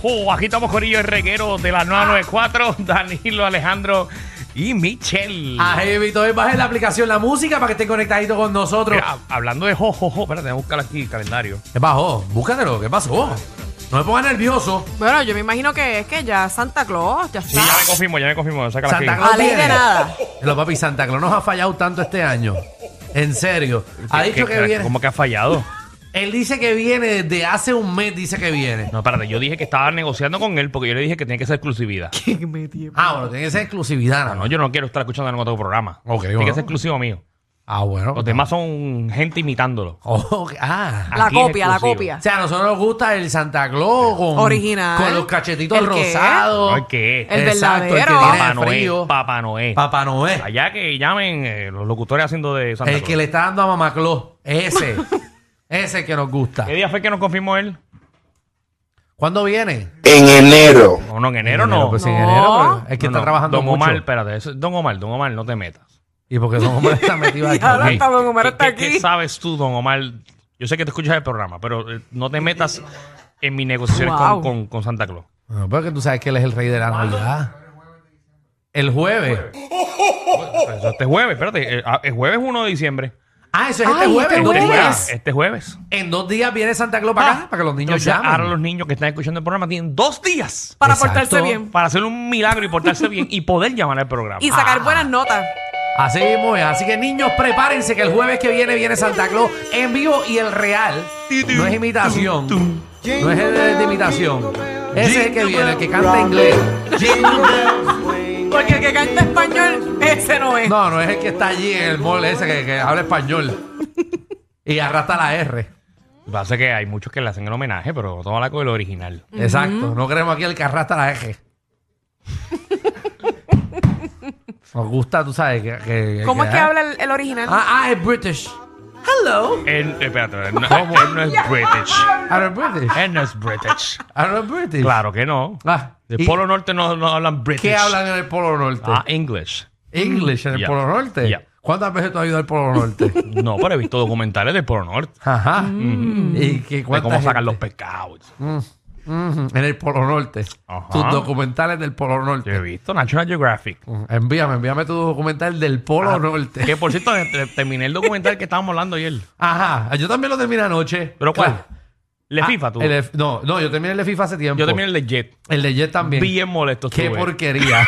Oh, aquí estamos Corillo el reguero de la 994, Danilo, Alejandro y Michelle. Ah, Ajevito, hoy bajen eh, la aplicación La Música para que estén conectaditos con nosotros. Mira, hablando de jojojo, espérate, déjame buscar aquí el calendario. ¿Qué pasó? Búscatelo, ¿qué pasó? No me pongas nervioso. Bueno, yo me imagino que es que ya Santa Claus, ya Sí, ya me está. confirmo, ya me confirmo, sácala Ah. Santa aquí. Claus A ley de viene. nada. Pero, papi, Santa Claus nos ha fallado tanto este año. En serio. Ha ¿Qué- dicho qué- que qué- viene. ¿Cómo que ha fallado? Él dice que viene desde hace un mes, dice que viene. No, espérate, yo dije que estaba negociando con él porque yo le dije que tenía que ser exclusividad. ¿Qué me tiene? Ah, bueno, tiene que ser exclusividad. Ah, ¿no? No, yo no quiero estar escuchando en otro programa. Ok, tiene bueno. que ser exclusivo mío. Ah, bueno. Los demás son gente imitándolo. Ok, Ah. La Aquí es copia, la exclusivo. copia. O sea, a nosotros nos gusta el Santa Claus con, Original. con los cachetitos ¿El qué? rosados. No, el que es. El Exacto, el que verdadero. tiene Papá Ah, frío. Noel. Papá Noel. Papá Noel. Allá que llamen eh, los locutores haciendo de Santa El Claus. que le está dando a Mamá Claus. Ese. ese que nos gusta. ¿Qué día fue que nos confirmó él? ¿Cuándo viene? en enero. No, no, en enero no. Pues en No. enero. pues, es que No, está no, trabajando Don mucho. Omar, espérate. eso- Don Omar, Don Omar, no te metas. Y porque Don Omar está metido aquí. Ahora Ey, está Ah, Don Omar ¿qué- está qué- aquí. ¿Qué sabes tú, Don Omar? Yo sé que te escuchas el programa, pero eh, no te metas en mis negociaciones con- Wow. con, con Santa Claus. No, pero que tú sabes que él es el rey de la Navidad. El jueves. Pero eso este jueves, espérate. eh, ah, El jueves 1 de diciembre. Ah, eso es Ay, este este jueves. en dos Este jueves. días. Este jueves. En dos días viene Santa Claus para acá, para que los niños Entonces, llamen. Ahora los niños que están escuchando el programa tienen dos días Para Exacto. portarse bien. para hacer un milagro y portarse bien y poder llamar al programa. Ah, Y sacar buenas notas. Así mismo es. Así que niños, prepárense que el jueves que viene viene Santa Claus en vivo y el real. No es imitación. No es el de, de imitación. Ese es el que viene, el que canta inglés. Porque el que canta español, ese no es. No, no es el que está allí en el mall ese que, que habla español. Y arrastra la R. Lo que pasa es que hay muchos que le hacen el homenaje, pero toma la con el original. Exacto. No queremos aquí el que arrastra la R. Nos gusta, tú sabes, que... que- ¿Cómo es que ah, habla el, el original? Ah, ah, es British. Hello. Él, espérate, él no, él no es British. I'm Ah, British. Eh, Él no es British. I'm British. Claro que no. Ah, Del ¿y Polo Norte no, no hablan British. ¿Qué hablan en el Polo Norte? Ah, English. English en el Yeah. Polo Norte. Yeah. ¿Cuántas veces tú has ido al Polo Norte? No, pero he visto documentales del Polo Norte. Ajá. ¿Y qué, Mm. De cuánta cómo sacan los gente? pescados. Ujú, En el Polo Norte. Ajá. Tus documentales del Polo Yo he Norte. visto National Geographic. Ujú, Envíame, envíame tu documental del Ah. Polo Norte. Que por cierto, te- terminé el documental que estábamos hablando ayer. Ajá. Yo también lo terminé anoche. ¿Pero cuál? Claro. Le Ah, FIFA, tú. el de- no, no, yo terminé el de FIFA hace tiempo. Yo terminé el de Jet. el de Jet también. Bien molesto Qué estuve. porquería.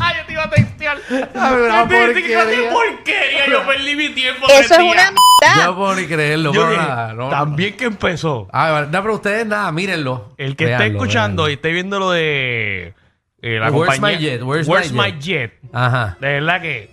Ay, yo te iba a textear. Ah, Ay, una Yo te dije, porquería. "Qué porquería. Yo perdí mi tiempo. Eso es metía". una yo mierda. no puedo ni creerlo. Yo pero dije, nada, no, no. También que empezó. Ah, vale, no, pero ustedes nada, mírenlo. El que esté Véanlo, escuchando véanlo. y esté viendo lo de eh, la Where's compañía. my jet? Where's my my, jet? jet? Ajá. De verdad que.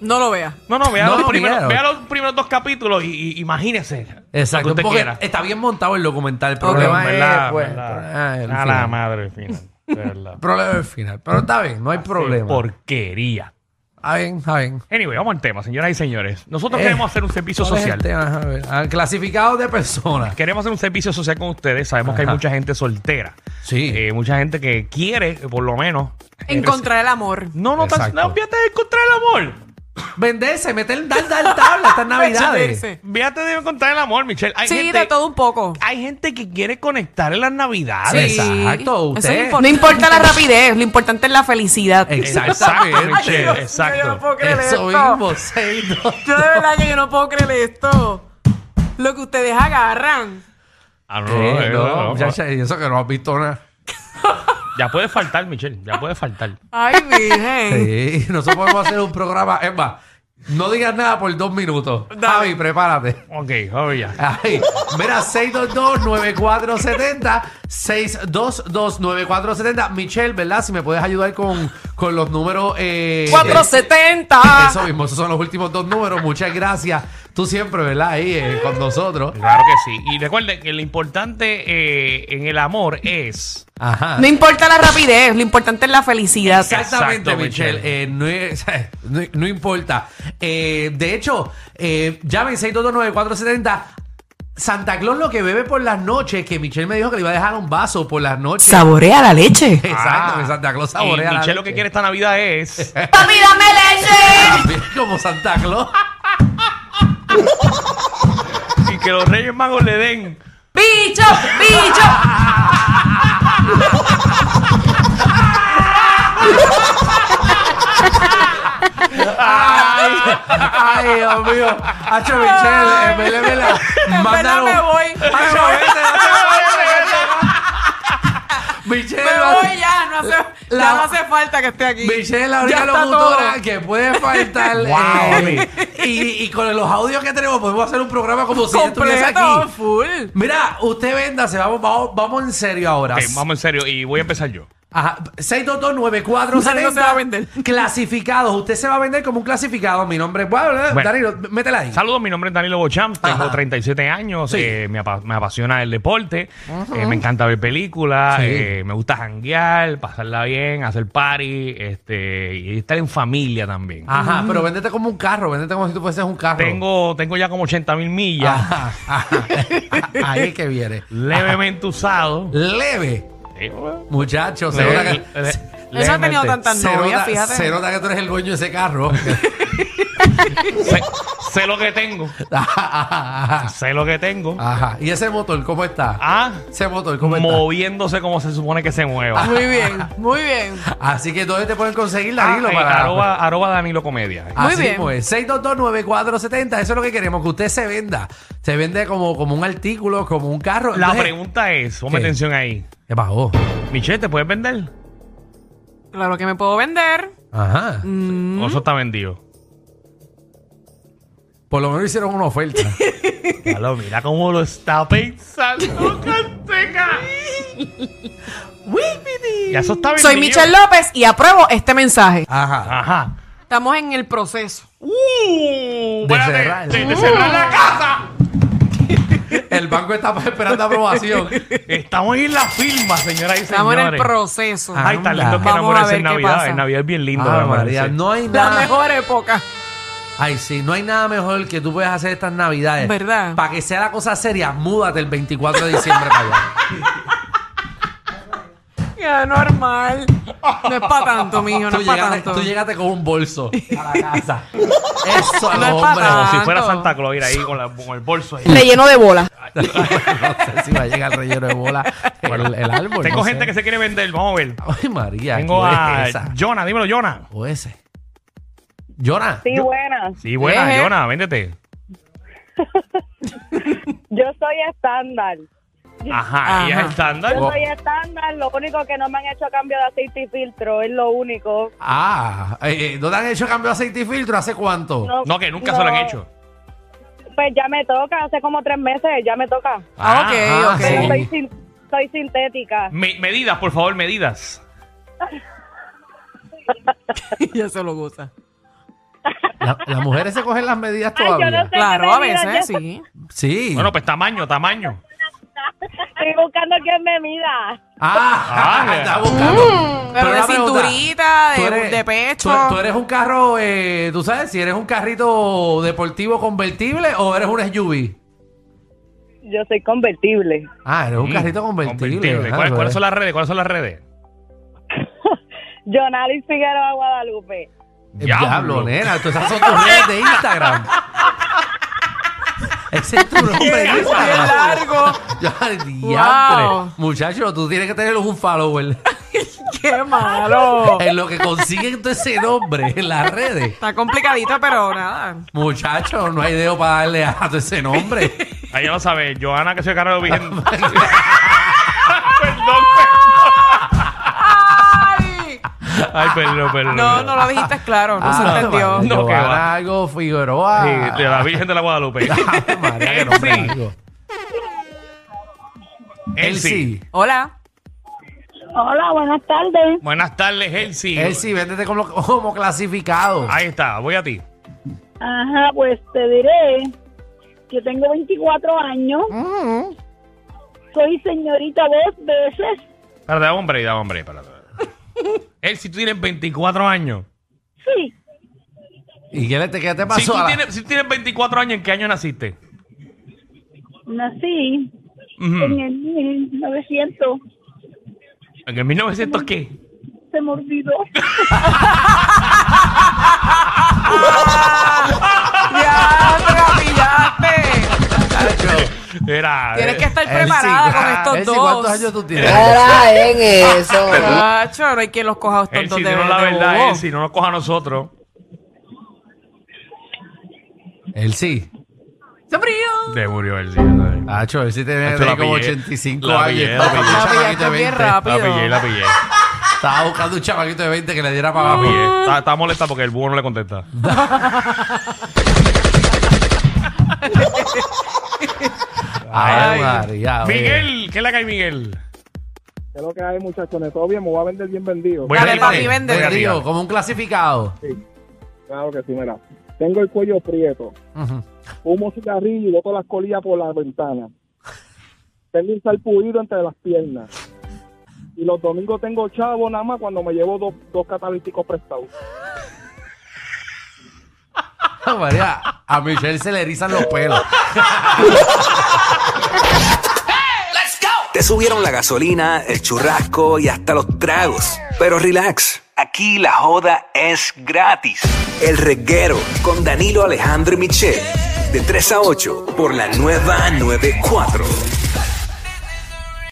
No lo veas. No, no, vea, No, los, primeros, mira. vea los primeros dos capítulos y, y imagínese. Exacto, Lo que usted porque quiera. está bien montado el documental. El Ok. problema es, ¿Verdad? pues, ¿Verdad? ah, el a la final. madre, el final. De verdad. El problema es el final. Pero está bien, no Ah, hay problema. Porquería. Está bien, está bien. Anyway, vamos al tema, señoras y señores. Nosotros Eh, queremos hacer un servicio ¿Cuál es el social. tema? A ver, ah, clasificado de personas. Queremos hacer un servicio social con ustedes. Sabemos que hay Ajá. mucha gente soltera. Sí. Eh, mucha gente que quiere, por lo menos. Encontrar el amor. No, no, tan, Exacto. no, fíjate de encontrar el amor. Venderse, meter el dal, dal, tabla estas navidades. Venderse. Fíjate de encontrar el amor, Michelle. Hay Sí, gente, de todo un poco. Hay gente que quiere conectar en las Sí. navidades. Ah, Exacto, Eso usted. es Eh. importante. No importa la rapidez, lo importante es la felicidad. Exacto, Exactamente. Michelle, Dios mío, yo no exacto. puedo creer Eso esto. mismo, seis, dos. Yo de verdad que yo no puedo creer esto. Lo que ustedes agarran. Ah, no, no, Eh, no, no, no, no. muchacha, y eso que no has visto nada. Ya puede faltar, Michelle. Ya puede faltar. Ay, virgen. Sí, nosotros podemos hacer un programa. Es más, no digas nada por dos minutos. Dale. Javi, prepárate. Ok, ahora ya. Ay, mira, 622-9470. 622-9470. Michelle, ¿verdad? Si me puedes ayudar con, con los números. Eh, eh, 470. eso mismo, esos son los últimos dos números. Muchas gracias. Tú siempre, ¿verdad? Ahí eh, con nosotros. Claro que sí. Y recuerden que lo importante eh, en el amor es. Ajá. No importa la rapidez, lo importante es la felicidad. Exactamente, Exacto, Michelle. Michelle. Eh, no, es- no, no importa. Eh, de hecho, eh, llamen 6229470. Santa Claus lo que bebe por las noches, que Michelle me dijo que le iba a dejar un vaso por las noches. Saborea la leche. Exacto, Ah. que Santa Claus saborea. Y la Michelle lo que leche. quiere esta Navidad es. Papi, dame leche. También como Santa Claus. y que los Reyes Magos le den. ¡Viva bicho, bicho. Ay, ay, Dios mío. Hacho Michelle, en vez de verla, En verdad mándanos- me voy. Hacho, vete, vete, vete, vete. Me Michelle, voy ya, no hace, La- ya no hace falta que esté aquí. Michelle, la Ya única está locutora todo. que puede faltar. eh, y, y con los audios que tenemos podemos hacer un programa como si yo estuviese Completo, aquí. full. Mira, usted véndase, vamos, vamos, vamos en serio ahora. Ok, vamos en serio y voy a empezar yo. Ajá, 6229470. Danilo se va a vender. Clasificados. Usted se va a vender como un clasificado. Mi nombre es... Bueno, Bueno. Danilo, métela ahí. Saludos, mi nombre es Danilo Bocham, tengo Ajá. 37 años, Sí. eh, me, apa- me apasiona el deporte, eh, me encanta ver películas, Sí. eh, me gusta janguear, pasarla bien, hacer party este, y estar en familia también. Ajá, pero véndete como un carro. Véndete como si tú fueses un carro. Tengo, tengo ya como 80 mil millas, Ajá, ajá. Ahí es que viene. levemente usado. Leve. Eh, bueno, Muchachos, se leve- nota que... le- se- Eso ha tenido levemente. tantas se novias, nota- fíjate. se nota que tú eres el dueño de ese carro. Sé, sé lo que tengo, Ajá. sé lo que tengo. Ajá. ¿Y ese motor cómo está? Ah, Ese motor cómo está. moviéndose como se supone que se Ah, mueva. Muy bien, muy bien. Así que ¿dónde te pueden conseguir, Danilo? Ah, eh, para... arroba, arroba Danilo Comedia. eh. Ah. Muy Así bien. mismo es. 6229470. Eso es lo que queremos, que usted se venda. Se vende como, como un artículo, como un carro. La Entonces- pregunta es, ponme ¿Qué? atención ahí. ¿Qué pasó? Michelle, ¿te puedes vender? Claro que me puedo vender. Ajá. Mm. O eso está vendido. Por lo menos hicieron una oferta. Ya lo mira cómo lo está pensando, Canteca. ya eso está vendido. Soy Michelle López y apruebo este mensaje. Ajá. Ajá. Estamos en el proceso. Uh, De espérate, cerrar. de- de cerrar la casa. El banco está esperando aprobación. Estamos en la firma, señora y Estamos en el señores. proceso. Ay, tan Anda. lindo que Vamos a enamorarse ver en qué Navidad. pasa. En Navidad es bien lindo. Ah, enamorarse. María, no hay La nada. mejor época. Ay, sí, no hay nada mejor que tú puedas hacer estas navidades. ¿Verdad? Para que sea la cosa seria, múdate el 24 de diciembre para allá. Ya normal. No es para tanto, mijo, no Tú es para llegaste, tanto. tú llegaste con un bolso a la casa. Eso a No los es pa' hombres. Como si tanto. fuera Santa Claus, ir ahí con, la- con el bolso ahí. Relleno de bola. no sé si va a llegar el relleno de bola el, el árbol. Tengo no gente sé. que se quiere vender, vamos a ver. Ay, María. Tengo ¿qué a es esa? Jonah, dímelo, Jonah. O ese. Llora. Sí, buenas. Sí, buena, Eje. Jonah, véndete. Yo soy estándar. Ajá, ella Ajá. es estándar. Yo Oh. soy estándar. Lo único que no me han hecho cambio de aceite y filtro es lo único. Ah, eh, eh, ¿no te han hecho cambio de aceite y filtro? ¿Hace cuánto? Oh. No, que nunca se lo han no. hecho. Pues ya me toca. Hace como tres meses ya me toca. Ah, ok, Ah, ok. Pero Sí. soy, sin- soy sintética. Me- medidas, por favor, medidas. ya se lo gusta. La- las mujeres se cogen las medidas Ay, yo todavía. no sé. Claro, a veces medidas, ya- sí. Sí. Bueno, pues tamaño, tamaño. Estoy buscando quien me mida. Ah, Ah, está buscando. Mm, Pero la de pregunta, cinturita, tú de, eres- de Tú, pecho. tú eres un carro, eh, tú sabes, si eres un carrito deportivo convertible o eres un SUV. Yo soy convertible. Ah, eres un Mm, carrito convertible. convertible. ah, ¿Cuáles, cuáles pues. son las redes? ¿Cuáles son las redes? Jonalis Figueroa Guadalupe. El Diablo, nena, tú esas son tus redes de Instagram. Ese es tu nombre de Qué Instagram. largo. Ya, diantre. Wow. Muchacho, tú tienes que tener un follower. Qué malo. En lo que consiguen todo ese nombre en las redes. Está complicadito, pero nada. Muchacho, no hay dedo para darle a todo ese nombre. Ahí ya lo sabes. Johanna, que soy carro bien. perdón, perdón. ¡Ay! Ay, perdón, perdón. No, no lo dijiste claro. No se Ah, entendió. María, No, que Giovanna va. algo Figueroa. Sí, de la Virgen de la Guadalupe. Ah, María, qué nombre Elsie. largo. Él Elsie. sí. Hola. Hola, buenas tardes. Buenas tardes, Elsie. Él sí, véndete como, como clasificado. Ahí está, voy a ti. Ajá, pues te diré que tengo 24 años. Soy señorita dos veces. Espérate, da hombre, da hombre. Espérate. Elsie, tú tienes 24 años. Sí, ¿Y qué, le- qué te pasó? Si tú, a la- tienes, si tú tienes 24 años, ¿en qué año naciste? nací Ujú. en el 1900. ¿En el 1900 qué? Se me olvidó. ¡Ya te la pillaste! Chacho, Era. eh, Tienes que estar Elsie, preparada con ah, estos Elsie, dos. ¿Cuántos años tú tienes? Ahora en eso. Chacho, no hay quien los coja a estos Él dos si de no la de verdad, bobo. él si no nos coja a nosotros. Él sí. ¡Está frío! De murió él sí. ya sabes. Nacho, él sí tiene Nacho, la como pillé. 85 La años. pillé, la Estaba pillé. buscando un La pillé, chamaquito de está bien 20. rápida. La pillé, la pillé. Estaba buscando un chamaquito de 20 que le diera para La abajo. Ah. pillé. Está, está molesta porque el búho no le contesta. Ay, Ay. María. oye. Miguel, ¿qué es la que hay, Miguel? ¿Qué es lo que hay, muchachones? Todo bien, me voy a vender bien vendido. Voy Dale, arriba, papi, vende. voy arriba. Vendido, como un clasificado. Claro que sí, mira. Tengo el cuello prieto, Ujú. humo cigarrillo y boto las colillas por la ventana. Tengo un salpullido entre las piernas. Y los domingos tengo chavo nada más cuando me llevo dos, dos catalíticos prestados. María, a Michelle se le erizan los pelos. Te subieron la gasolina, el churrasco y hasta los tragos. Pero relax, aquí la joda es gratis. El reguero con Danilo Alejandro y Michel, de 3 a 8 por la nueva 94.